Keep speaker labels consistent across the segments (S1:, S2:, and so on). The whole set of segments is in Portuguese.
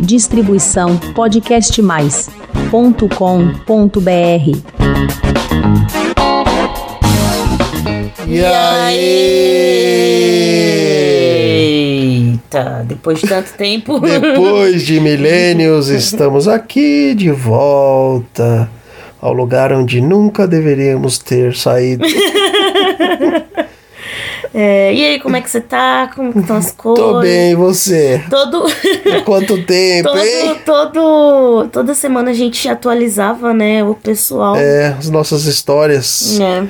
S1: Distribuição podcastmais.com.br
S2: E aí?
S3: Eita, depois de tanto tempo.
S2: Depois de milênios, estamos aqui de volta ao lugar onde nunca deveríamos ter saído.
S3: É, e aí, como é que você tá? Como que estão as coisas?
S2: Tô bem, e você?
S3: Todo.
S2: Quanto tempo, hein?
S3: todo, todo. Toda semana a gente atualizava, né? O pessoal.
S2: É, as nossas histórias.
S3: É.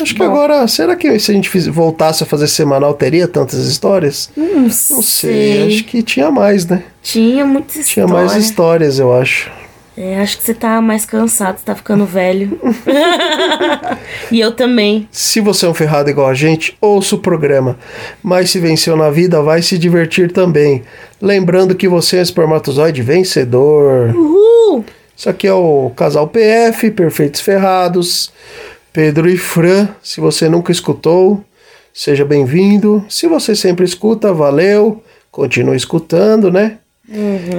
S2: Acho que
S3: bom.
S2: agora, será que se a gente fiz- voltasse a fazer semanal, teria tantas histórias?
S3: Não,
S2: Não sei, acho que tinha mais, né?
S3: Tinha muitas histórias.
S2: Tinha mais histórias, eu acho.
S3: É, acho que você tá mais cansado, você tá ficando velho. e eu também.
S2: Se você é um ferrado igual a gente, ouça o programa. Mas se venceu na vida, vai se divertir também. Lembrando que você é um espermatozoide vencedor.
S3: Uhul!
S2: Isso aqui é o Casal PF, Perfeitos Ferrados, Pedro e Fran. Se você nunca escutou, seja bem-vindo. Se você sempre escuta, valeu. Continue escutando, né?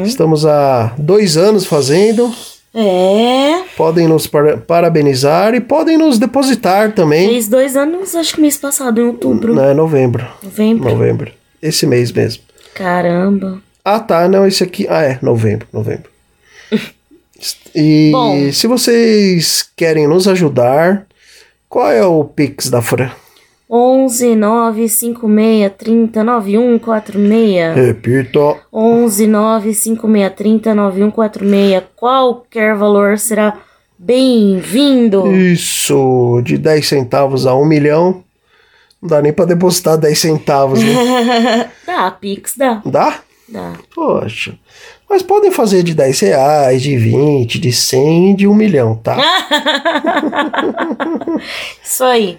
S2: Estamos há dois anos fazendo.
S3: É.
S2: Podem nos par- parabenizar e podem nos depositar também.
S3: Fez dois anos, acho que mês passado, em outubro.
S2: Não, é novembro.
S3: Novembro.
S2: Novembro. Esse mês mesmo.
S3: Caramba.
S2: Ah, tá. Não, esse aqui. Ah, é. Novembro. Novembro. E
S3: Bom.
S2: se vocês querem nos ajudar, qual é o Pix da Fran?
S3: 11 9 56 30 91 46.
S2: Repito.
S3: 11 9 56 30 91 46. um Qualquer valor será bem-vindo.
S2: Isso. De 10 centavos a 1 milhão. Não dá nem pra depositar 10 centavos, né?
S3: dá, Pix, dá.
S2: Dá?
S3: Dá.
S2: Poxa. Mas podem fazer de 10 reais, de 20, de 100, de 1 milhão, tá?
S3: Ah. Isso aí.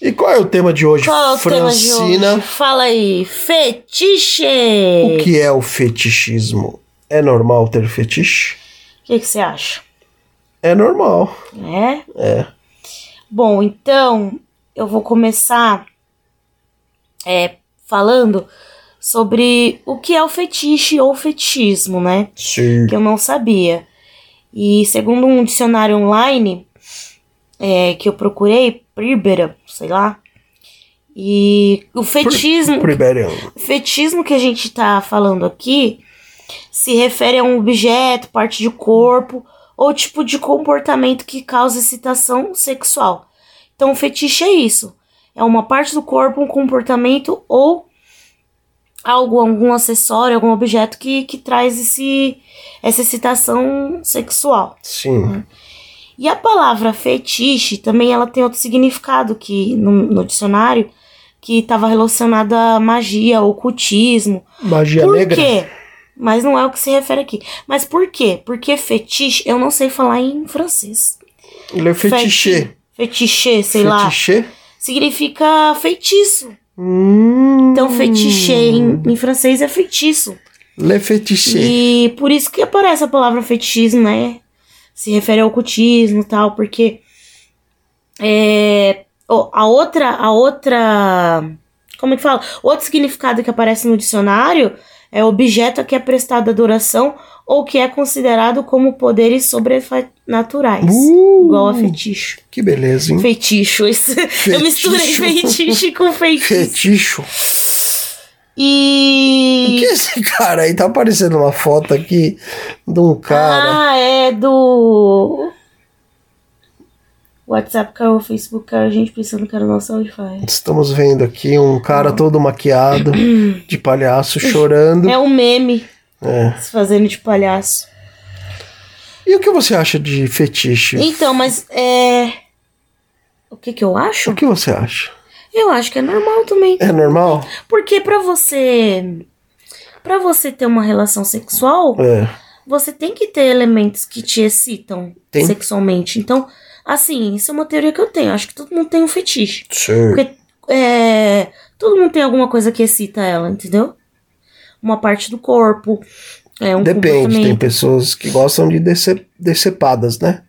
S2: E qual é o tema de hoje,
S3: Qual é o tema de
S2: Francina?
S3: hoje? Fala aí. Fetiche.
S2: O que é o fetichismo? É normal ter fetiche?
S3: O que que você acha?
S2: É normal.
S3: É?
S2: É.
S3: Bom, então eu vou começar é, falando sobre o que é o fetiche ou fetichismo, né?
S2: Sim.
S3: Que eu não sabia. E segundo um dicionário online é, que eu procurei, Príbera, sei lá. E o fetichismo,
S2: Priberiano.
S3: o fetichismo que a gente tá falando aqui se refere a um objeto, parte de corpo ou tipo de comportamento que causa excitação sexual. Então, o fetiche é isso. É uma parte do corpo, um comportamento ou algo, algum acessório, algum objeto que, que traz esse, essa excitação sexual.
S2: Sim.
S3: E a palavra fetiche também ela tem outro significado que no, no dicionário que estava relacionado à magia, ocultismo.
S2: Magia
S3: por
S2: negra.
S3: quê? Mas não é o que se refere aqui. Mas por quê? Porque fetiche, eu não sei falar em francês.
S2: Ele é fetiche.
S3: Feti- Fetiche, sei lá.
S2: fetiche?
S3: Significa feitiço.
S2: Hum.
S3: Então, fetiche em, em francês é feitiço.
S2: Le fetiche.
S3: E por isso que aparece a palavra fetichismo, né? Se refere ao ocultismo e tal, porque é, ó, a outra, a outra, como é que fala? Outro significado que aparece no dicionário é objeto a que é prestado adoração ou que é considerado como poderes sobrenaturais,
S2: Uh! Hum?
S3: igual a fetiche.
S2: Que beleza, hein?
S3: Feticho, isso. eu misturei
S2: Feticho.
S3: fetiche com feitiço.
S2: Feticho. O
S3: E
S2: que é esse cara aí? Tá aparecendo uma foto aqui de um cara.
S3: Ah, é do. WhatsApp caiu, Facebook caiu, a gente pensando que era o nosso Wi-Fi.
S2: Estamos vendo aqui um cara todo maquiado, de palhaço, chorando.
S3: É um meme
S2: É.
S3: se fazendo de palhaço.
S2: E o que você acha de fetiche?
S3: Então, mas é. O que que eu
S2: O
S3: acho?
S2: que você acha?
S3: Eu acho que é normal também.
S2: É normal?
S3: Porque pra você. Pra você ter uma relação sexual,
S2: É.
S3: você tem que ter elementos que te excitam
S2: Tem.
S3: sexualmente. Então, assim, isso é uma teoria que eu tenho. Acho que todo mundo tem um fetiche.
S2: Sim.
S3: Porque é, todo mundo tem alguma coisa que excita ela, entendeu? Uma parte do corpo. É um
S2: Depende, tem
S3: comportamento.
S2: pessoas que gostam de dece- decepadas, né?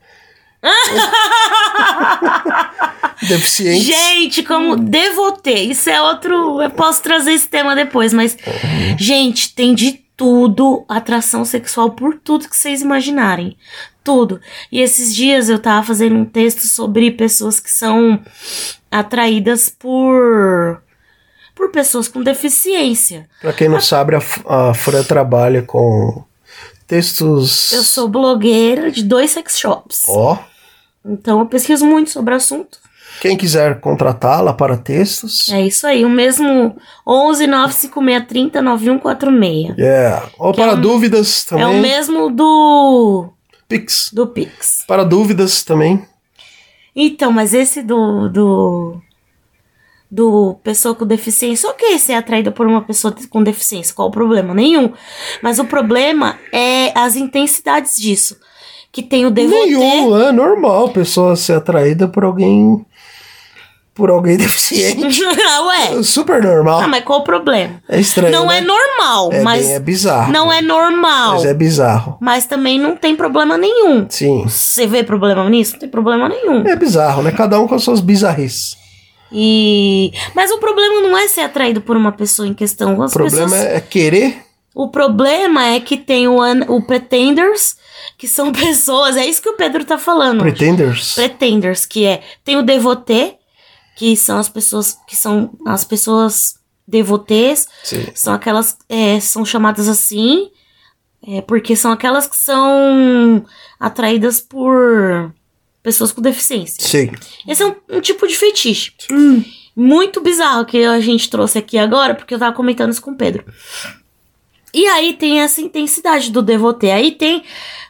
S2: Deficientes.
S3: Gente, como
S2: Uhum.
S3: devotei. Isso é outro. Eu posso trazer esse tema depois, mas. Gente, tem de tudo, atração sexual por tudo que vocês imaginarem. Tudo. E esses dias eu tava fazendo um texto sobre pessoas que são atraídas por por pessoas com deficiência.
S2: Pra quem não sabe, a, F- a Fran trabalha com textos.
S3: Eu sou blogueira de dois sex shops.
S2: Ó.
S3: Então eu pesquiso muito sobre o assunto.
S2: Quem quiser contratá-la para textos.
S3: É isso aí, o mesmo 11 95630 9146.
S2: Yeah. Ou
S3: Que é
S2: para
S3: um-
S2: dúvidas também.
S3: É o mesmo do
S2: Pix.
S3: do Pix.
S2: Para dúvidas também.
S3: Então, mas esse do do do pessoa com deficiência, ok, ser atraída por uma pessoa com deficiência, qual o problema? Nenhum. Mas o problema é as intensidades disso. Que tem o devotê.
S2: Nenhum, é normal pessoa ser atraída por alguém. Por alguém deficiente.
S3: Ah, Ué.
S2: Super normal.
S3: É. Ah, mas qual o problema?
S2: É estranho.
S3: não
S2: né?
S3: é normal,
S2: É
S3: mas
S2: bem- é bizarro.
S3: não é normal.
S2: Mas é bizarro.
S3: Mas também não tem problema nenhum.
S2: Sim.
S3: Você vê problema nisso? Não tem problema nenhum.
S2: É bizarro, né? Cada um com as suas bizarrices.
S3: E mas o problema não é ser atraído por uma pessoa em questão.
S2: O
S3: As
S2: problema
S3: pessoas-
S2: é querer.
S3: O problema é que tem o, an- o pretenders, que são pessoas, é isso que o Pedro tá falando.
S2: Pretenders.
S3: Pretenders, que é tem o devotê, que são as pessoas que são as pessoas devotês,
S2: Sim.
S3: são aquelas é, são chamadas assim, é, porque são aquelas que são atraídas por pessoas com deficiência.
S2: Sim.
S3: Esse é um, um tipo de fetiche. Muito bizarro que a gente trouxe aqui agora, porque eu tava comentando isso com o Pedro. E aí tem essa intensidade do devotê. Aí tem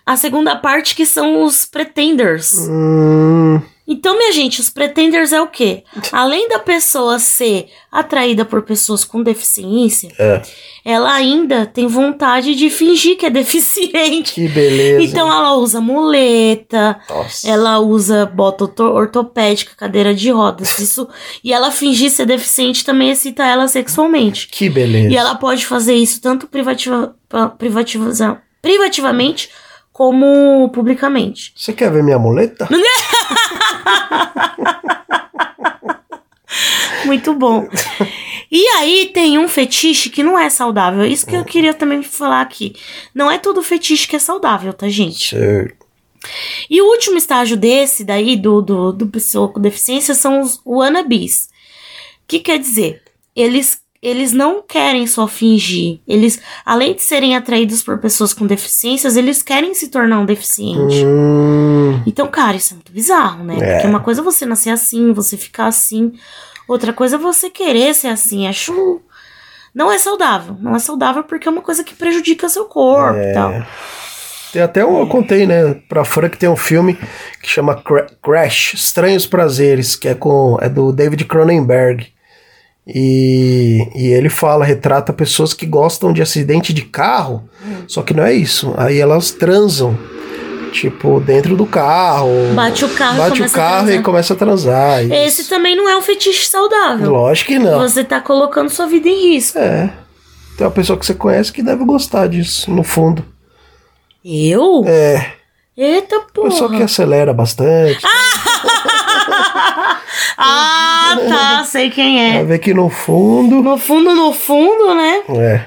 S3: a segunda parte que são os pretenders.
S2: Hum,
S3: Então, minha gente, os pretenders é o quê? Além da pessoa ser atraída por pessoas com deficiência,
S2: É.
S3: ela ainda tem vontade de fingir que é deficiente.
S2: que beleza.
S3: Então ela usa muleta,
S2: Nossa.
S3: ela usa bota orto- ortopédica, cadeira de rodas, isso. e ela fingir ser deficiente também excita ela sexualmente.
S2: Que beleza.
S3: E ela pode fazer isso tanto privativa, pa- privatiza- privativamente como publicamente.
S2: Você quer ver minha muleta?
S3: Muito bom. E aí tem um fetiche que não é saudável. Isso que eu queria também falar aqui. Não é todo fetiche que é saudável, tá, gente?
S2: Certo.
S3: E o último estágio desse daí, do, do, do pessoa com deficiência, são os wannabes. O que quer dizer? Eles, eles não querem só fingir. Eles, além de serem atraídos por pessoas com deficiências, eles querem se tornar um deficiente.
S2: Hum,
S3: Então, cara, isso é muito bizarro, né?
S2: É.
S3: Porque uma coisa é você nascer assim, você ficar assim. Outra coisa é você querer ser assim. Acho. Não é saudável. Não é saudável porque é uma coisa que prejudica seu corpo
S2: É.
S3: e tal.
S2: tem até um, eu contei, né, pra Fran que tem um filme que chama Cra- Crash, Estranhos Prazeres, que é com é do David Cronenberg. E, e ele fala, retrata pessoas que gostam de acidente de carro,
S3: Hum.
S2: só que não é isso. Aí elas transam, tipo, dentro do carro.
S3: Bate o carro e
S2: bate o
S3: começa a
S2: carro
S3: transar.
S2: e começa a transar. isso.
S3: Esse também não é um fetiche saudável.
S2: Lógico que não.
S3: Você tá colocando sua vida em risco.
S2: É. Tem uma pessoa que você conhece que deve gostar disso, no fundo.
S3: Eu?
S2: É.
S3: Eita porra.
S2: Pessoa que acelera bastante.
S3: ah, tá, sei quem
S2: Vai
S3: é.
S2: ver que no fundo.
S3: No fundo, no fundo, né?
S2: É.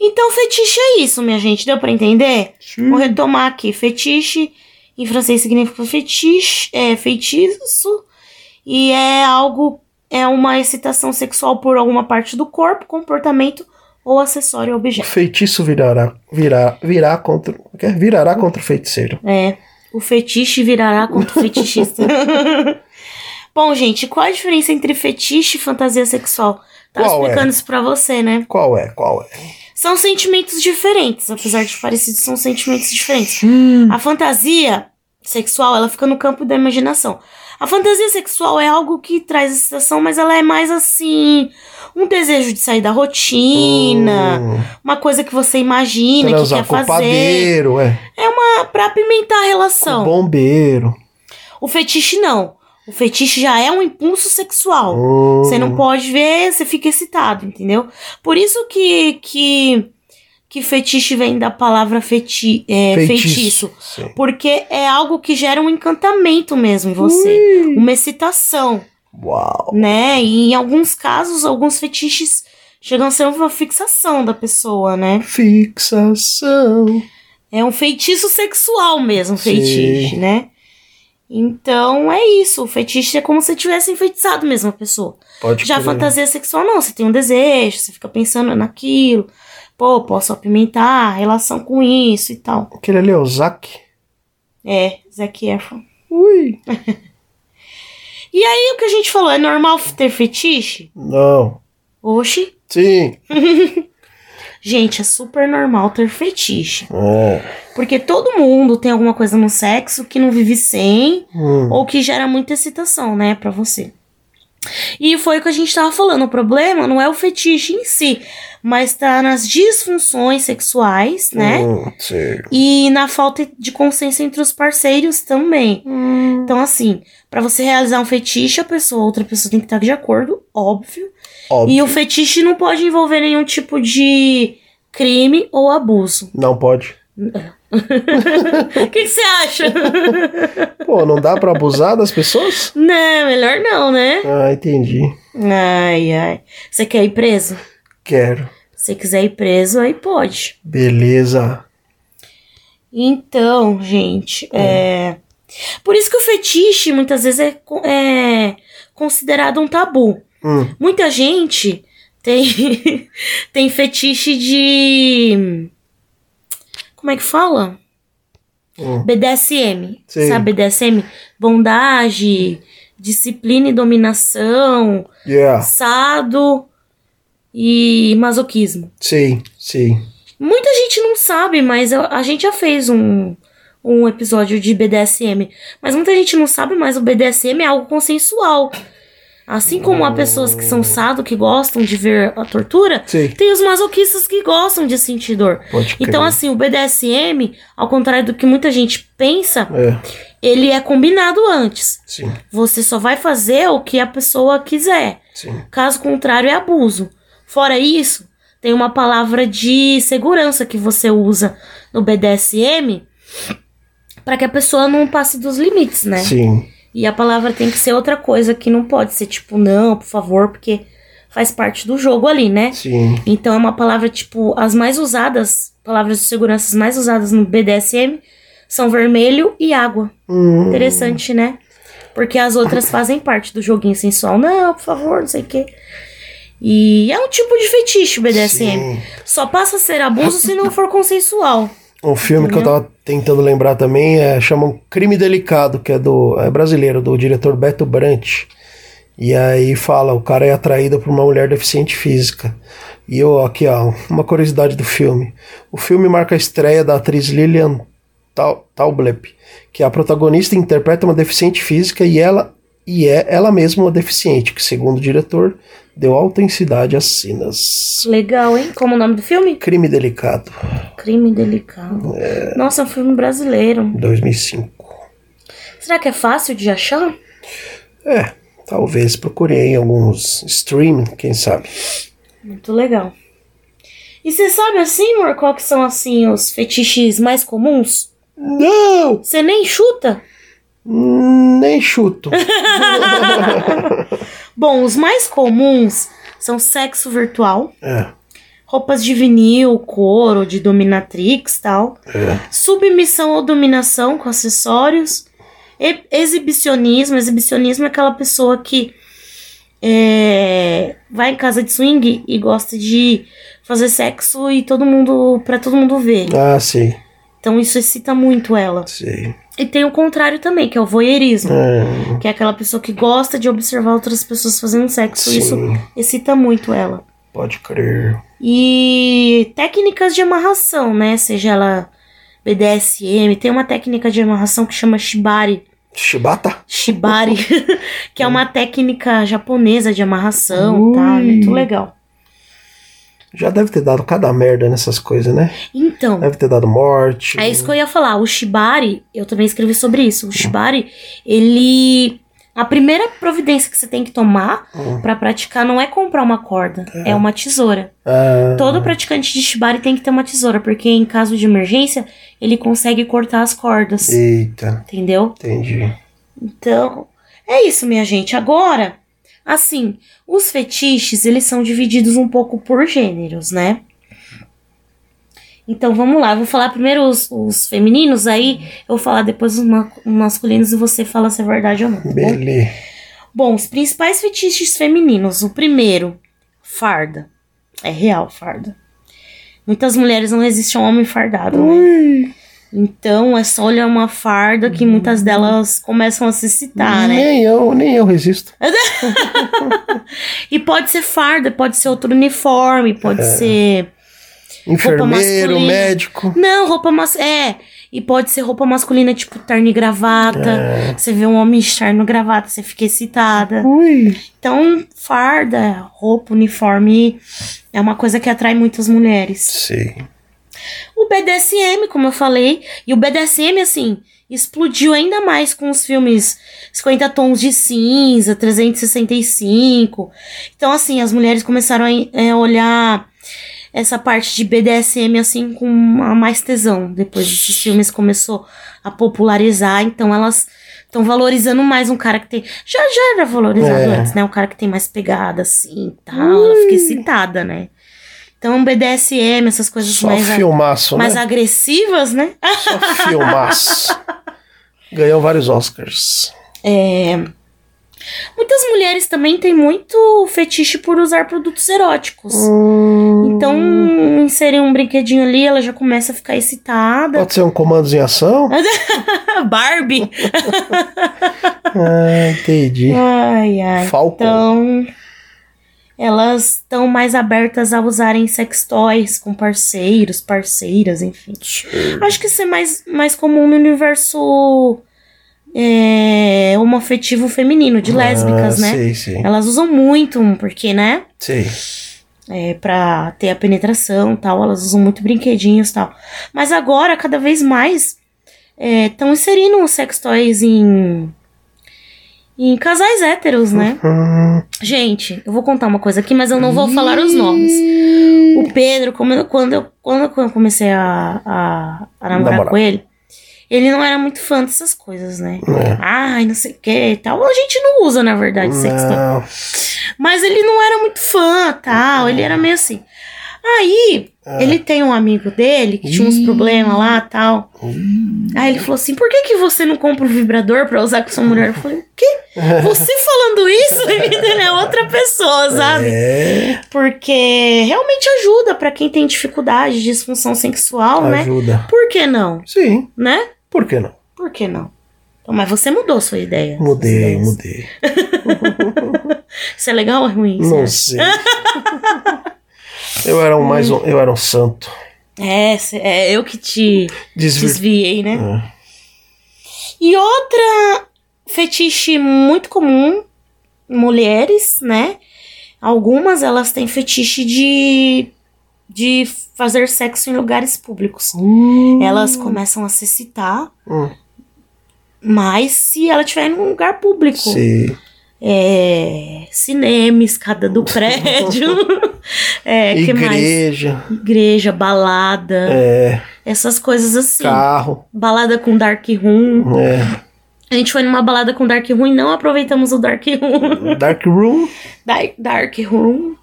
S3: Então, fetiche é isso, minha gente. Deu pra entender? Vou retomar aqui. Fetiche, em francês significa fetiche, é feitiço. E é algo, é uma excitação sexual por alguma parte do corpo, comportamento ou acessório ou
S2: O
S3: objeto.
S2: feitiço virará, virá, virá contra, quer? virará contra o feiticeiro.
S3: É, o fetiche virará contra o fetichista. Bom, gente, qual a diferença entre fetiche e fantasia sexual? Tava
S2: Qual é?
S3: explicando isso pra você, né?
S2: Qual é? Qual é?
S3: São sentimentos diferentes, apesar de parecidos, são sentimentos diferentes.
S2: Hum.
S3: A fantasia sexual, ela fica no campo da imaginação. A fantasia sexual é algo que traz excitação, mas ela é mais assim, um desejo de sair da rotina,
S2: Hum,
S3: uma coisa que você imagina, que
S2: transar
S3: quer
S2: com o
S3: fazer,
S2: padeiro, é.
S3: pra- pra apimentar a
S2: Com
S3: relação.
S2: o bombeiro.
S3: O fetiche não. O fetiche já é um impulso sexual.
S2: Hum,
S3: Você não pode ver, você fica excitado, entendeu? Por isso que que, que fetiche vem da palavra feti, é, feitiço.
S2: Sim.
S3: Porque é algo que gera um encantamento mesmo em você. Uma excitação,
S2: Uau.
S3: né? E em alguns casos, alguns fetiches Chegam a ser uma fixação da pessoa, né?
S2: Fixação.
S3: É um feitiço sexual mesmo, um fetiche,
S2: Sim.
S3: né? Então é isso. O fetiche é como se tivesse enfeitiçado mesmo a pessoa.
S2: Pode
S3: Já a
S2: crer.
S3: fantasia sexual não, você tem um desejo, você fica pensando naquilo. Pô, posso apimentar a relação com isso e tal.
S2: Aquele ali é o Zac.
S3: É, Zac Efron.
S2: Ui.
S3: E o que a gente falou, é normal ter fetiche?
S2: Não.
S3: Oxi.
S2: Sim.
S3: Gente, é super normal ter fetiche.
S2: É.
S3: Porque todo mundo tem alguma coisa no sexo que não vive sem
S2: Hum.
S3: ou que gera muita excitação, né, pra você. E foi o que a gente tava falando, o problema não é o fetiche em si, mas tá nas disfunções sexuais, né?
S2: Hum, sim.
S3: E na falta de consenso entre os parceiros também. Então, assim, pra você realizar um fetiche, a pessoa, outra pessoa tem que estar de acordo, óbvio.
S2: Óbvio.
S3: E o fetiche não pode envolver nenhum tipo de crime ou abuso.
S2: Não pode.
S3: O que que você acha?
S2: Pô, não dá pra abusar das pessoas?
S3: não, melhor não, né?
S2: Ah, entendi.
S3: Ai, ai. Você quer ir preso?
S2: Quero.
S3: Se quiser ir preso, aí pode.
S2: Beleza.
S3: Então, gente, é. Por isso que o fetiche muitas vezes é co- é considerado um tabu.
S2: Hum.
S3: Muita gente tem, tem fetiche de. Como é que fala?
S2: Hum.
S3: BDSM.
S2: Sim.
S3: Sabe BDSM? Bondage, disciplina e dominação,
S2: Yeah.
S3: sado e masoquismo.
S2: Sim, sim.
S3: Muita gente não sabe, mas eu- a gente já fez um, um episódio de BDSM. Mas muita gente não sabe, mas o BDSM é algo consensual. Assim como há pessoas que são sado, que gostam de ver a tortura,
S2: Sim.
S3: tem os masoquistas que gostam de sentir dor.
S2: Pode crer.
S3: Então, assim, o BDSM, ao contrário do que muita gente pensa,
S2: É,
S3: ele é combinado antes.
S2: sim,
S3: Você só vai fazer o que a pessoa quiser.
S2: sim.
S3: Caso contrário, é abuso. Fora isso, tem uma palavra de segurança que você usa no BDSM para que a pessoa não passe dos limites, né?
S2: Sim.
S3: E a palavra tem que ser outra coisa que não pode ser tipo não, por favor, porque faz parte do jogo ali, né?
S2: Sim.
S3: Então é uma palavra tipo as mais usadas, palavras de segurança mais usadas no BDSM são vermelho e água.
S2: Hum,
S3: Interessante, né? Porque as outras fazem parte do joguinho sensual. Não, por favor, não sei o quê. E é um tipo de fetiche o BDSM.
S2: sim.
S3: Só passa a ser abuso se não for consensual.
S2: Um filme que eu tava tentando lembrar também é chama um Crime Delicado, que é do é brasileiro, do diretor Beto Brant. E aí fala, o cara é atraído por uma mulher deficiente física. E eu aqui, ó, uma curiosidade do filme. O filme marca a estreia da atriz Lillian Tal- Talblep, que é a protagonista interpreta uma deficiente física e ela e é ela mesma uma deficiente, que segundo o diretor deu autenticidade às cenas.
S3: Legal, hein? Como o nome do filme?
S2: Crime Delicado,
S3: Crime Delicado. Nossa, é um filme brasileiro.
S2: 2005.
S3: Será que é fácil de achar?
S2: É, talvez procure aí alguns stream, quem sabe.
S3: Muito legal. E você sabe, assim, amor, qual que são, assim, os fetiches mais comuns?
S2: Não! Hum,
S3: Você nem chuta?
S2: Nem chuto.
S3: Bom, os mais comuns são sexo virtual.
S2: é,
S3: roupas de vinil, couro, de dominatrix tal.
S2: é.
S3: Submissão ou dominação com acessórios. E- exibicionismo. Exibicionismo é aquela pessoa que é, vai em casa de swing e gosta de fazer sexo e todo mundo. para todo mundo ver.
S2: Ah, sim,
S3: Então isso excita muito ela.
S2: sim.
S3: E tem o contrário também, que é o voyeurismo.
S2: É,
S3: Que é aquela pessoa que gosta de observar outras pessoas fazendo sexo. Isso
S2: sim,
S3: excita muito ela.
S2: pode crer.
S3: E técnicas de amarração, né? Seja ela BDSM, tem uma técnica de amarração que chama shibari.
S2: Shibata?
S3: Shibari, que é uma técnica japonesa de amarração,
S2: Ui.
S3: tá? Muito legal.
S2: Já deve ter dado cada merda nessas coisas, né?
S3: Então,
S2: Deve ter dado morte.
S3: é isso que eu ia falar. O shibari, eu também escrevi sobre isso. O shibari, ele a primeira providência que você tem que tomar
S2: Hum.
S3: pra praticar não é comprar uma corda, é uma tesoura.
S2: Ah,
S3: Todo praticante de shibari tem que ter uma tesoura, porque em caso de emergência, ele consegue cortar as cordas,
S2: Eita,
S3: entendeu?
S2: entendi.
S3: Então, é isso, minha gente. Agora, Assim, os fetiches, eles são divididos um pouco por gêneros, né? Então vamos lá, eu vou falar primeiro os, os femininos, aí eu vou falar depois os ma- masculinos e você fala se é verdade ou não. tá bom?
S2: Beleza.
S3: Bom, os principais fetiches femininos. O primeiro, farda. É real, farda. Muitas mulheres não resistem a um homem fardado, né? Então é só olhar uma farda que muitas delas começam a se citar, né?
S2: Nem eu, nem eu resisto.
S3: E pode ser farda, pode ser outro uniforme, pode ser.
S2: Enfermeiro,
S3: masculina.
S2: médico.
S3: Não, roupa mas É. E pode ser roupa masculina, tipo terno e gravata. Você vê um homem de terno e gravata, você fica excitada.
S2: Ui.
S3: Então, farda, roupa, uniforme é uma coisa que atrai muitas mulheres.
S2: Sim.
S3: O BDSM, como eu falei, e o BDSM, assim, explodiu ainda mais com os filmes 50 Tons de Cinza, 365. Então, assim, as mulheres começaram a eh, olhar essa parte de BDSM, assim, com a mais tesão. Depois esses filmes começou a popularizar, então elas estão valorizando mais um cara que tem... Já, já era valorizado
S2: É.
S3: antes, né? Um cara que tem mais pegada, assim, e tal. Ela fica excitada, né? Então, BDSM, essas coisas
S2: Só
S3: mais... a-
S2: filmaço,
S3: mais
S2: né?
S3: agressivas, né?
S2: Só Um filmaço. Ganhou vários Oscars.
S3: Muitas mulheres também têm muito fetiche por usar produtos eróticos. Então,
S2: Hum.
S3: inserir um brinquedinho ali, ela já começa a ficar excitada.
S2: Pode ser um comandos em ação?
S3: Barbie!
S2: Ah, entendi.
S3: Ai, ai.
S2: Falcon.
S3: É, Então, elas estão mais abertas a usarem sex toys com parceiros, parceiras, enfim. Acho que isso é mais, mais comum no universo é, homoafetivo feminino, de lésbicas,
S2: ah,
S3: né?
S2: Sei, sim.
S3: Elas usam muito, porque, né?
S2: Sei.
S3: É, pra ter a penetração e tal, elas usam muito brinquedinhos e tal. Mas agora, cada vez mais, estão inserindo os sex toys em, em casais héteros, né?
S2: Hum.
S3: Gente, eu vou contar uma coisa aqui, mas eu não vou falar os nomes.
S2: Hum.
S3: O Pedro, como eu- quando, eu, quando eu comecei a, a, a namorar
S2: Namorar.
S3: com ele, ele não era muito fã dessas coisas, né?
S2: É.
S3: Ai, não sei o que e tal. A gente não usa, na verdade, sex toy.
S2: Não.
S3: Mas ele não era muito fã, tal.
S2: Uhum.
S3: Ele era meio assim. Aí, ele tem um amigo dele que tinha uns
S2: Ah. Ih.
S3: problemas lá, tal. Aí ele falou assim: por que, que você não compra um vibrador pra usar com sua mulher? Eu falei: o quê? Você falando isso, ele é outra pessoa, sabe?
S2: É,
S3: Porque realmente ajuda pra quem tem dificuldade, disfunção sexual, né?
S2: ajuda.
S3: Por que não?
S2: Sim,
S3: Né?
S2: por que não?
S3: Por que não? Então, mas você mudou sua ideia. suas
S2: Mudei,
S3: ideias.
S2: mudei.
S3: Isso é legal ou é ruim? você
S2: Não
S3: acha?
S2: sei. Eu era um mais
S3: Hum.
S2: um, eu era um santo.
S3: É, cê- é eu que te
S2: Desvirtuado.
S3: desviei, né?
S2: Ah,
S3: E outra fetiche muito comum, mulheres, né? Algumas elas têm fetiche de, de fazer sexo em lugares públicos. Elas começam a se citar,
S2: Hum.
S3: mas se ela estiver em um lugar público.
S2: Sim.
S3: É, cinema, escada do prédio, é, que mais?
S2: Igreja,
S3: Igreja, balada,
S2: é,
S3: essas coisas assim.
S2: carro,
S3: Balada com dark room.
S2: é,
S3: A gente foi numa balada com Dark Room e não aproveitamos o Dark Room.
S2: dark room.
S3: Dark, dark Room.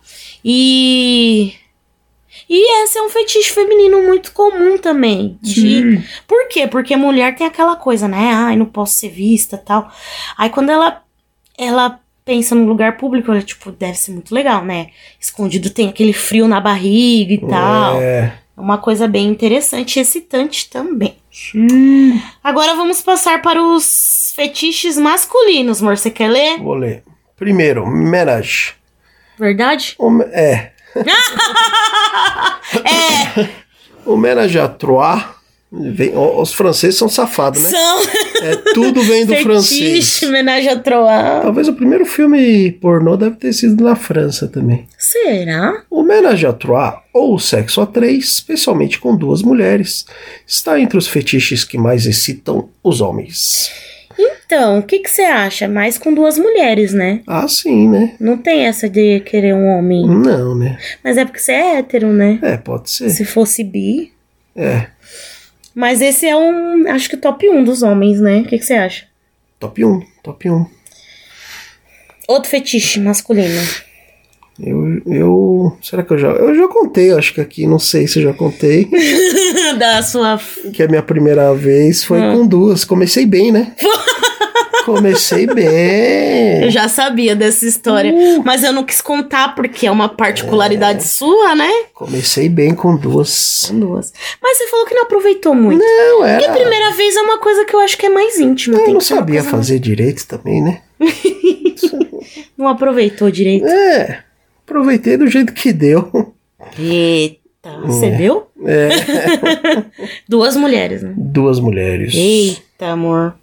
S3: E. E esse é um fetiche feminino muito comum também. De... Por quê? Porque mulher tem aquela coisa, né? Ai, não posso ser vista tal. Aí quando ela, ela pensa num lugar público, ela, tipo, deve ser muito legal, né? Escondido tem aquele frio na barriga e tal.
S2: É,
S3: É uma coisa bem interessante e excitante também. Agora vamos passar para os fetiches masculinos, amor. Você quer ler?
S2: vou ler. Primeiro, homenagem.
S3: Verdade?
S2: Home- É,
S3: É,
S2: homenagem à Trois. Vem- ó, os franceses são safados, né?
S3: são
S2: É, tudo vem do
S3: fetiche,
S2: francês.
S3: homenagem a Troá.
S2: Talvez o primeiro filme pornô deve ter sido na França também.
S3: Será?
S2: Homenagem à Trois, ou sexo a três, especialmente com duas mulheres, está entre os fetiches que mais excitam os homens.
S3: Então, o que que você acha? Mais com duas mulheres, né?
S2: Ah, sim, né?
S3: Não tem essa de querer um homem.
S2: Não, né?
S3: Mas é porque você é hétero, né?
S2: É, pode ser.
S3: Se fosse bi.
S2: É,
S3: Mas esse é um. Acho
S2: um,
S3: que o top 1 dos homens, né? O que que você acha?
S2: top 1, top 1.
S3: Outro fetiche masculino.
S2: Eu, eu. Será que eu já. Eu já contei, acho que aqui, não sei se eu já contei.
S3: da sua.
S2: que a minha primeira vez foi
S3: Ah.
S2: com duas. Comecei bem, né? Comecei
S3: Eu
S2: bem.
S3: já sabia dessa história. Mas eu não quis contar porque é uma particularidade sua, né?
S2: Comecei bem com duas.
S3: São duas. Mas você falou que não aproveitou muito.
S2: Não, era.
S3: E a primeira vez é uma coisa que eu acho que é mais íntima.
S2: eu
S3: tem
S2: não
S3: que ser uma
S2: sabia
S3: coisa-
S2: fazer direito também, né?
S3: Não aproveitou direito.
S2: É. Aproveitei do jeito que deu.
S3: Eita,
S2: É.
S3: você viu? Duas mulheres, né?
S2: Duas mulheres.
S3: Eita, amor.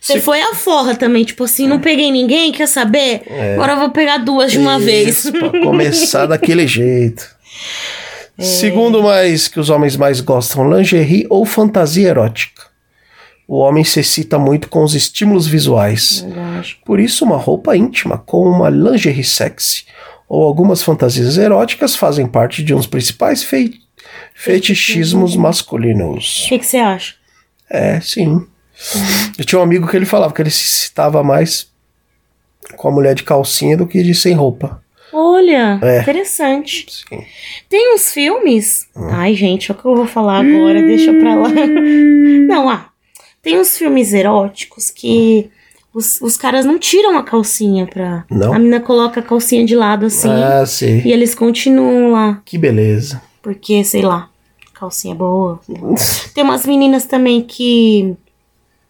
S3: Você foi a forra também, tipo assim,
S2: É.
S3: não peguei ninguém, quer saber? Agora eu vou pegar duas de uma vez.
S2: Isso, pra começar daquele jeito.
S3: É.
S2: Segundo mais que os homens mais gostam, lingerie ou fantasia erótica. O homem se excita muito com os estímulos visuais.
S3: Verdade.
S2: Por isso, uma roupa íntima com uma lingerie sexy ou algumas fantasias eróticas fazem parte de um dos principais fei- fetichismos
S3: O
S2: masculinos.
S3: que que você acha?
S2: É, sim. Eu tinha um amigo que ele falava que ele se excitava mais com a mulher de calcinha do que de sem roupa.
S3: Olha,
S2: É.
S3: interessante.
S2: Sim.
S3: Tem uns filmes.
S2: Ah.
S3: Ai, gente, olha o que eu vou falar agora, deixa pra lá.
S2: Hum.
S3: Não, ah. Tem uns filmes eróticos que os, os caras não tiram a calcinha pra.
S2: Não?
S3: A mina coloca a calcinha de lado assim.
S2: Ah, sim.
S3: E eles continuam lá.
S2: Que beleza.
S3: Porque, sei lá, calcinha é boa. Tem umas meninas também que.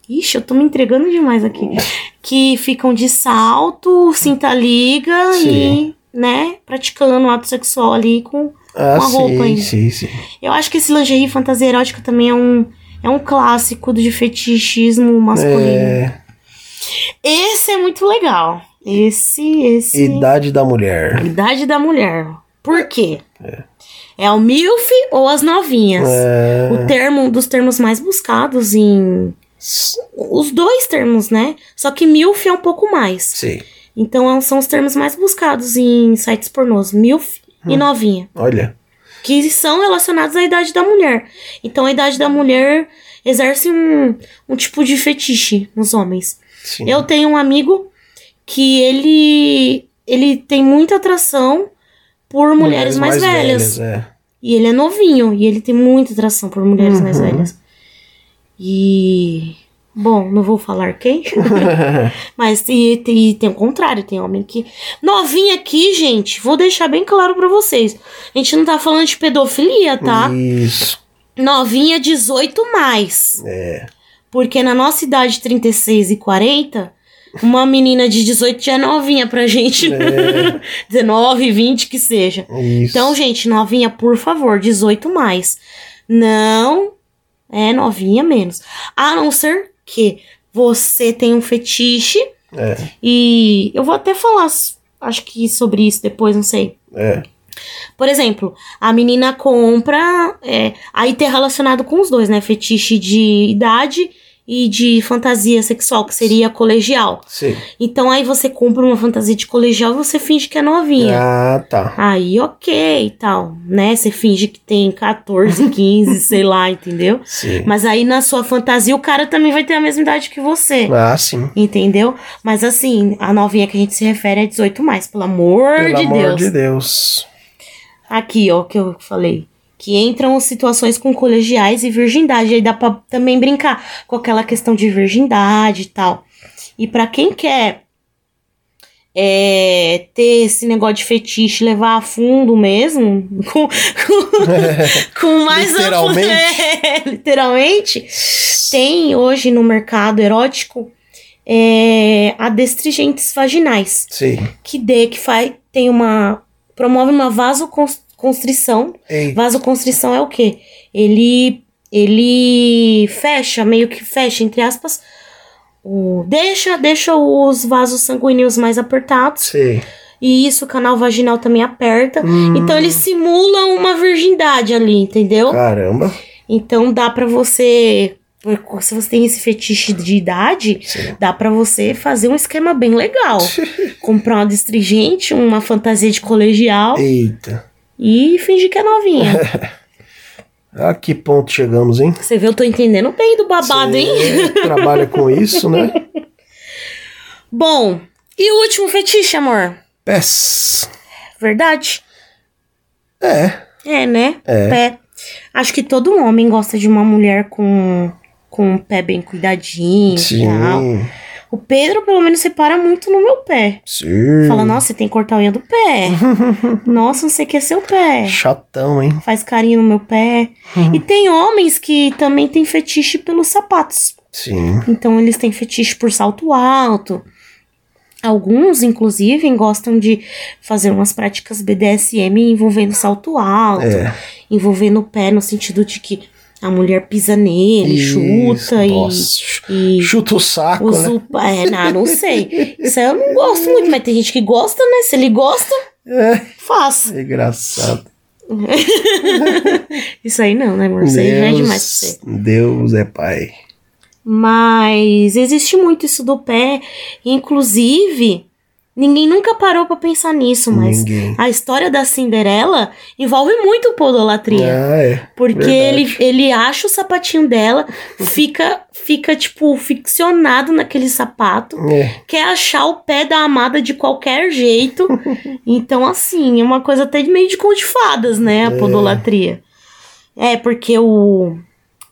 S3: Ixi, eu tô me entregando demais aqui.
S2: Hum.
S3: Que ficam de salto, cinta liga
S2: Sim.
S3: e, né, praticando um ato sexual ali com.
S2: Ah,
S3: Uma roupa
S2: sim,
S3: ainda.
S2: sim, sim.
S3: Eu acho que esse lingerie fantasia erótica também é um. É um clássico de fetichismo masculino.
S2: É,
S3: Esse é muito legal. Esse, esse.
S2: idade da mulher.
S3: Idade da mulher. Por quê? É, o MILF ou as novinhas?
S2: É,
S3: O termo, um dos termos mais buscados em. Os dois termos, né? Só que MILF é um pouco mais.
S2: sim.
S3: Então é- são os termos mais buscados em sites pornôs: MILF
S2: Hum.
S3: e novinha.
S2: Olha.
S3: Que são relacionados à idade da mulher. Então a idade da mulher exerce um, um tipo de fetiche nos homens.
S2: Sim.
S3: Eu tenho um amigo que ele ele tem muita atração por mulheres, mais, velhas.
S2: é.
S3: E ele é novinho e ele tem muita atração por mulheres mais
S2: Uhum.
S3: velhas. E bom, não vou falar quem,
S2: é.
S3: mas e, tem- e tem o contrário, tem homem que novinho aqui, gente. Vou deixar bem claro pra vocês. A gente não tá falando de pedofilia, tá?
S2: Isso.
S3: Novinha 18 mais.
S2: É.
S3: Porque na nossa idade, 36 e 40, uma menina de 18 já é novinha pra gente.
S2: É.
S3: 19, 20, que seja.
S2: Isso.
S3: Então, gente, novinha, por favor, 18 mais. Não é novinha menos. A não ser que você tem um fetiche
S2: É,
S3: e eu vou até falar, acho que sobre isso depois, não sei.
S2: é.
S3: Por exemplo, a menina compra. é, aí tem relacionado com os dois, né? Fetiche de idade e de fantasia sexual, que seria colegial.
S2: Sim.
S3: Então aí você compra uma fantasia de colegial e você finge que é novinha.
S2: Ah, tá.
S3: Aí, ok e tal, né? Você finge que tem 14, 15, sei lá, entendeu?
S2: Sim.
S3: Mas aí na sua fantasia o cara também vai ter a mesma idade que você.
S2: Ah, sim.
S3: Entendeu? Mas assim, a novinha que a gente se refere é 18 mais, pelo amor
S2: Pelo
S3: de
S2: amor
S3: Deus.
S2: de Deus.
S3: Aqui, ó, que eu falei. Que entram situações com colegiais e virgindade. Aí dá pra também brincar com aquela questão de virgindade e tal. E pra quem quer é, ter esse negócio de fetiche, levar a fundo mesmo, com, com, com mais amplo-
S2: Literalmente.
S3: é, literalmente, tem hoje no mercado erótico é, adstringentes vaginais
S2: Sim.
S3: que dê, que faz, tem uma, promove uma vasoconstrição.
S2: Ei.
S3: Vasoconstrição é o quê? Ele, ele fecha, meio que fecha, entre aspas, o, deixa, deixa os vasos sanguíneos mais apertados.
S2: Sim.
S3: E isso, o canal vaginal também aperta.
S2: Hum,
S3: Então, ele simula uma virgindade ali, entendeu?
S2: Caramba.
S3: Então, dá pra você... Se você tem esse fetiche de idade,
S2: Sim.
S3: dá pra você fazer um esquema bem legal comprar uma destringente, uma fantasia de colegial
S2: Eita.
S3: e fingir que é novinha.
S2: A Ah, que ponto chegamos, hein?
S3: Você vê, eu tô entendendo bem do babado, hein?
S2: Você Trabalha com isso, né?
S3: Bom, E o último fetiche, amor?
S2: É, Pés.
S3: Verdade?
S2: É.
S3: É, né?
S2: É.
S3: Pé. Acho que todo homem gosta de uma mulher com, com um pé bem cuidadinho e
S2: Sim.
S3: tal. O Pedro, pelo menos, repara muito no meu pé.
S2: Sim.
S3: Fala, nossa, você tem que cortar a unha do pé. nossa, não sei o que é seu pé.
S2: Chatão, hein?
S3: Faz carinho no meu pé.
S2: Uhum.
S3: E tem homens que também têm fetiche pelos sapatos.
S2: Sim.
S3: Então eles têm fetiche por salto alto. Alguns, inclusive, gostam de fazer umas práticas BDSM envolvendo salto alto,
S2: É.
S3: envolvendo o pé no sentido de que a mulher pisa nele, chuta e,
S2: Nossa.
S3: e
S2: Chuta o saco,
S3: usa
S2: né?
S3: o pa- É, não, não sei. Isso aí eu não gosto muito, mas tem gente que gosta, né? Se ele gosta,
S2: É.
S3: faça.
S2: Engraçado.
S3: Isso aí não, né, amor? Isso aí já é demais pra você.
S2: Deus é pai.
S3: Mas existe muito isso do pé. Inclusive, ninguém nunca parou pra pensar nisso, mas
S2: Ninguém.
S3: a história da Cinderela envolve muito podolatria.
S2: Ah, é.
S3: Porque ele,
S2: verdade.
S3: ele acha o sapatinho dela, fica, fica, tipo, ficcionado naquele sapato,
S2: É.
S3: quer achar o pé da amada de qualquer jeito. então, assim, é uma coisa até de meio de conto de fadas, né? A podolatria. É, porque o,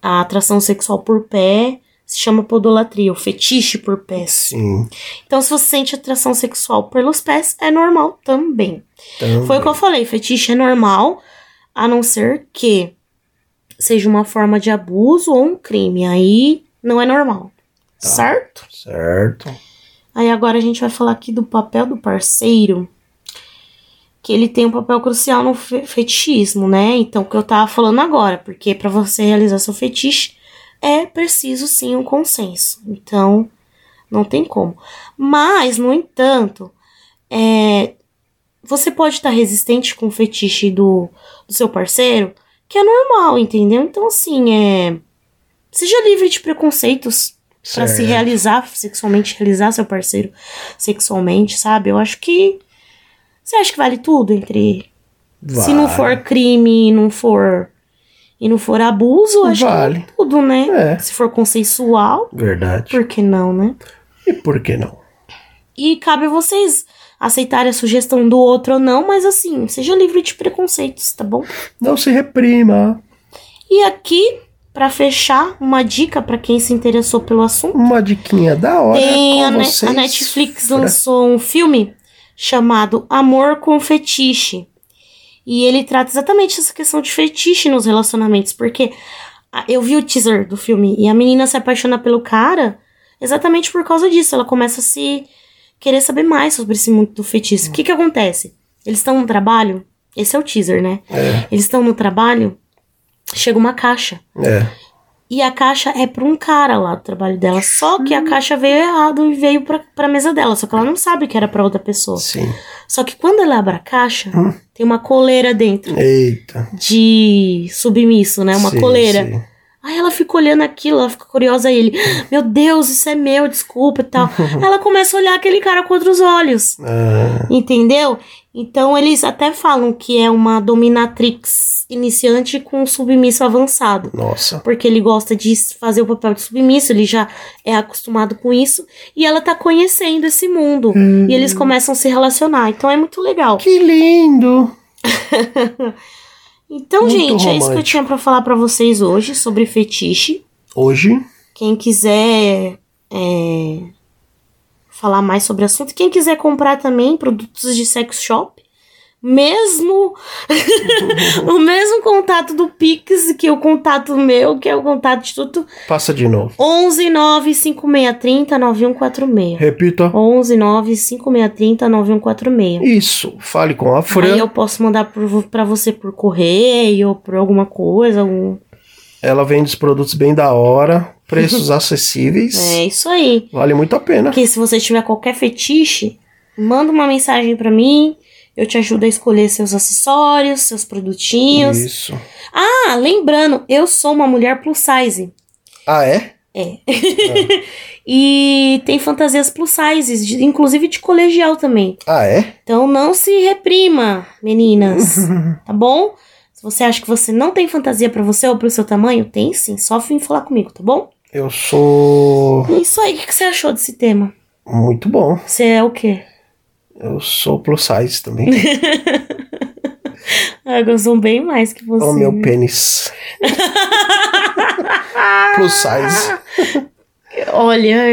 S3: a atração sexual por pé se chama podolatria, o fetiche por pés.
S2: Sim.
S3: Então, se você sente atração sexual pelos pés, é normal também.
S2: Então,
S3: Foi o que eu falei, fetiche é normal, a não ser que seja uma forma de abuso ou um crime. Aí não é normal,
S2: Tá.
S3: certo?
S2: Certo.
S3: Aí agora a gente vai falar aqui do papel do parceiro, que ele tem um papel crucial no fe- fetichismo, né? Então, o que eu tava falando agora, porque para você realizar seu fetiche é preciso sim um consenso. Então, não tem como. Mas, no entanto, é, você pode estar resistente com o fetiche do, do seu parceiro, que é normal, entendeu? Então, assim, é, seja livre de preconceitos para se
S2: Certo.
S3: realizar sexualmente, realizar seu parceiro sexualmente, sabe? Eu acho que. Você acha que vale tudo entre. Se não
S2: Vale.
S3: for crime e não for. E não for abuso, acho
S2: Vale.
S3: que vale tudo, né?
S2: É.
S3: Se for consensual,
S2: Verdade.
S3: por que não, né?
S2: E por que não?
S3: E cabe a vocês aceitarem a sugestão do outro ou não, mas assim, seja livre de preconceitos, tá bom?
S2: Não se reprima.
S3: E aqui, pra fechar, uma dica pra quem se interessou pelo assunto.
S2: Uma diquinha da hora.
S3: Tem
S2: com
S3: a, Ne- a
S2: vocês,
S3: Netflix
S2: Fran.
S3: lançou um filme chamado Amor com Fetiche. E ele trata exatamente essa questão de fetiche nos relacionamentos, porque a- eu vi o teaser do filme e a menina se apaixona pelo cara exatamente por causa disso. Ela começa a se querer saber mais sobre esse mundo do fetiche. O que que acontece? Eles estão no trabalho, esse é o teaser, né?
S2: É.
S3: Eles estão no trabalho, chega uma caixa.
S2: É.
S3: E a caixa é pra um cara lá do trabalho dela. Só
S2: Hum.
S3: que a caixa veio errado e veio pra, pra mesa dela. Só que ela não sabe que era pra outra pessoa.
S2: Sim.
S3: Só que quando ela abre a caixa,
S2: Hum.
S3: tem uma coleira dentro
S2: Eita.
S3: de submisso, né? Uma
S2: Sim,
S3: coleira.
S2: sim.
S3: Aí ela fica olhando aquilo, ela fica curiosa. Aí ele, meu Deus, isso é meu, desculpa e tal. ela começa a olhar aquele cara com outros olhos.
S2: Ah,
S3: Entendeu? Então eles até falam que é uma dominatrix iniciante com um submisso avançado
S2: nossa.
S3: porque ele gosta de fazer o papel de submisso, ele já é acostumado com isso, e ela tá conhecendo esse mundo. E eles começam a se relacionar, então é muito legal.
S2: Hum. Que lindo.
S3: Então,
S2: Muito
S3: gente, é isso que eu
S2: romântico.
S3: tinha pra falar pra vocês hoje sobre fetiche.
S2: Hoje,
S3: Quem quiser é, falar mais sobre o assunto, quem quiser comprar também produtos de sex shop, mesmo o mesmo contato do Pix que é o contato meu, que é o contato de tudo,
S2: passa de novo.
S3: 11 95630 9146.
S2: Repita.
S3: 11 95630 9146.
S2: Isso. Fale com a Fran.
S3: Aí eu posso mandar por- pra você por correio, ou por alguma coisa, algum...
S2: Ela vende os produtos bem da hora. Preços acessíveis.
S3: É isso aí.
S2: Vale muito a pena.
S3: Porque se você tiver qualquer fetiche, manda uma mensagem pra mim, eu te ajudo a escolher seus acessórios, seus produtinhos.
S2: Isso.
S3: Ah, lembrando, eu sou uma mulher plus size.
S2: Ah, é?
S3: E tem fantasias plus sizes, de- inclusive de colegial também.
S2: Ah, é?
S3: Então não se reprima, meninas, tá bom? Se você acha que você não tem fantasia pra você ou pro seu tamanho, tem sim, só vim falar comigo, tá bom?
S2: Eu sou.
S3: E é isso aí, o que que você achou desse tema?
S2: Muito bom.
S3: Você é o quê?
S2: Eu sou plus size também.
S3: Ah, eu sou bem mais que você.
S2: Olha o Oh, meu
S3: né?
S2: pênis. plus size.
S3: Olha,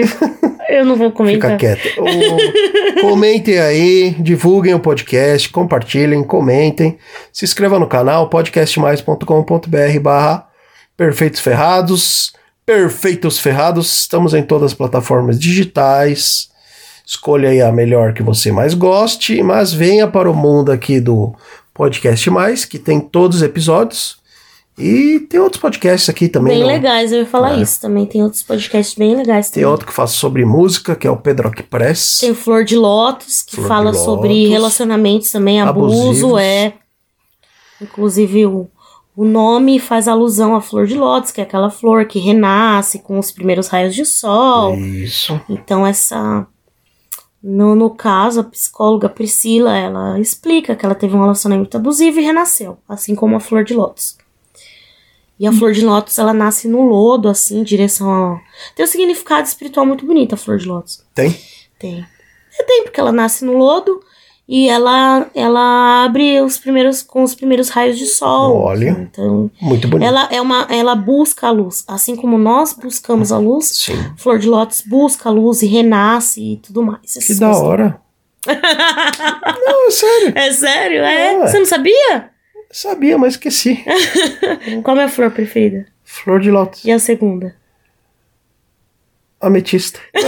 S3: eu não vou comentar.
S2: Fica quieto. Ô, comentem aí, divulguem o podcast, compartilhem, comentem. Se inscreva no canal podcastmais.com.br barra Perfeitos Ferrados. Perfeitos Ferrados. Estamos em todas as plataformas digitais. Escolha aí a melhor que você mais goste, mas venha para o mundo aqui do Podcast Mais, que tem todos os episódios. E tem outros podcasts aqui também.
S3: Bem
S2: não-
S3: legais, eu ia falar
S2: É.
S3: isso também. Tem outros podcasts bem legais
S2: Tem
S3: também.
S2: outro que faço sobre música, que é o Pedrock Press.
S3: Tem um o Flor de Lótus, que
S2: Flor de
S3: fala
S2: Lótus.
S3: sobre relacionamentos também, abuso,
S2: Abusivos.
S3: é. Inclusive, o, o nome faz alusão à Flor de Lótus, que é aquela flor que renasce com os primeiros raios de sol.
S2: Isso.
S3: Então, essa. No, no caso, a psicóloga Priscila, ela explica que ela teve um relacionamento abusivo e renasceu, assim como a flor de lótus. E a flor de lótus, ela nasce no lodo, assim, em direção ao... Tem um significado espiritual muito bonito, a flor de lótus.
S2: Tem?
S3: Tem. É, Tem, porque ela nasce no lodo e ela, ela abre os primeiros, com os primeiros raios de sol.
S2: Olha.
S3: assim. Então,
S2: Muito bonito.
S3: ela, é uma, ela busca a luz. Assim como nós buscamos a luz,
S2: Sim.
S3: Flor de Lótus busca a luz e renasce e tudo mais.
S2: Que
S3: Essas
S2: da
S3: coisas.
S2: hora. Não, é sério.
S3: É sério? É?
S2: É, ué.
S3: Você não sabia?
S2: Sabia, mas esqueci.
S3: Qual é a flor preferida?
S2: Flor de lótus.
S3: E a segunda?
S2: Ametista.
S3: É.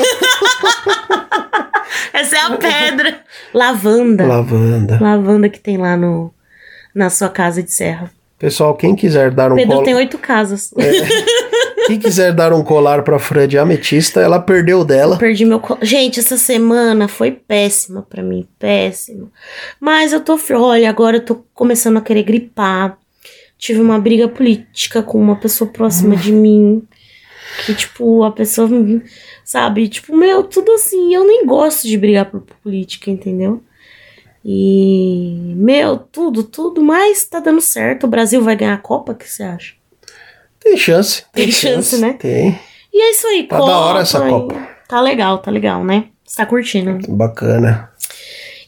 S3: Essa é a pedra. Lavanda.
S2: Lavanda.
S3: Lavanda que tem lá no na sua casa de serra.
S2: Pessoal, quem quiser dar um
S3: Pedro
S2: colo-
S3: tem oito casas.
S2: É. quem quiser dar um colar pra Fran de ametista, ela perdeu o dela.
S3: Perdi meu colo. Gente, essa semana foi péssima pra mim, péssima. Mas eu tô, fr- olha, agora eu tô começando a querer gripar. Tive uma briga política com uma pessoa próxima de mim. Que, tipo, a pessoa, me- sabe? Tipo, meu, tudo assim. Eu nem gosto de brigar por política, entendeu? E, meu, tudo, tudo. Mas tá dando certo. O Brasil vai ganhar a Copa, o que você acha?
S2: Tem chance.
S3: Tem chance, né?
S2: Tem.
S3: E é isso aí,
S2: Tá da hora essa
S3: e-
S2: Copa.
S3: Tá legal, tá legal, né? Você tá curtindo, né?
S2: Bacana.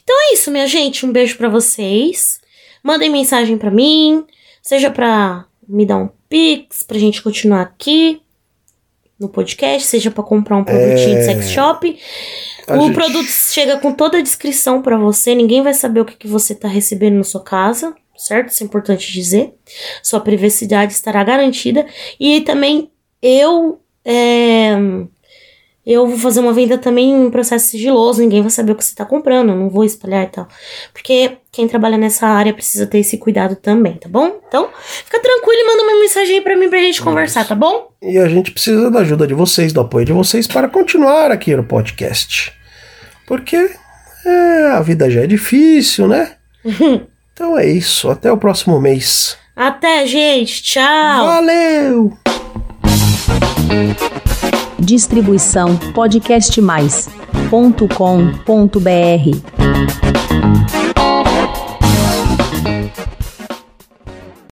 S3: É isso, minha gente. Um beijo pra vocês. Mandem mensagem pra mim, seja pra me dar um pix, pra gente continuar aqui no podcast, seja pra comprar um produtinho
S2: É.
S3: de sex shop.
S2: A
S3: o
S2: gente-
S3: produto chega com toda a descrição pra você, ninguém vai saber o que, que você tá recebendo na sua casa, certo? Isso é importante dizer. Sua privacidade estará garantida. E também eu. é, eu vou fazer uma venda também em processo sigiloso, ninguém vai saber o que você tá comprando, eu não vou espalhar e tal. Porque quem trabalha nessa área precisa ter esse cuidado também, tá bom? Então, fica tranquilo e manda uma mensagem aí pra mim pra gente conversar, tá bom?
S2: E a gente precisa da ajuda de vocês, do apoio de vocês para continuar aqui no podcast. Porque é, a vida já é difícil, né? então é isso. Até o próximo mês.
S3: Até, gente. Tchau!
S2: Valeu!
S1: Distribuição podcastmais.com.br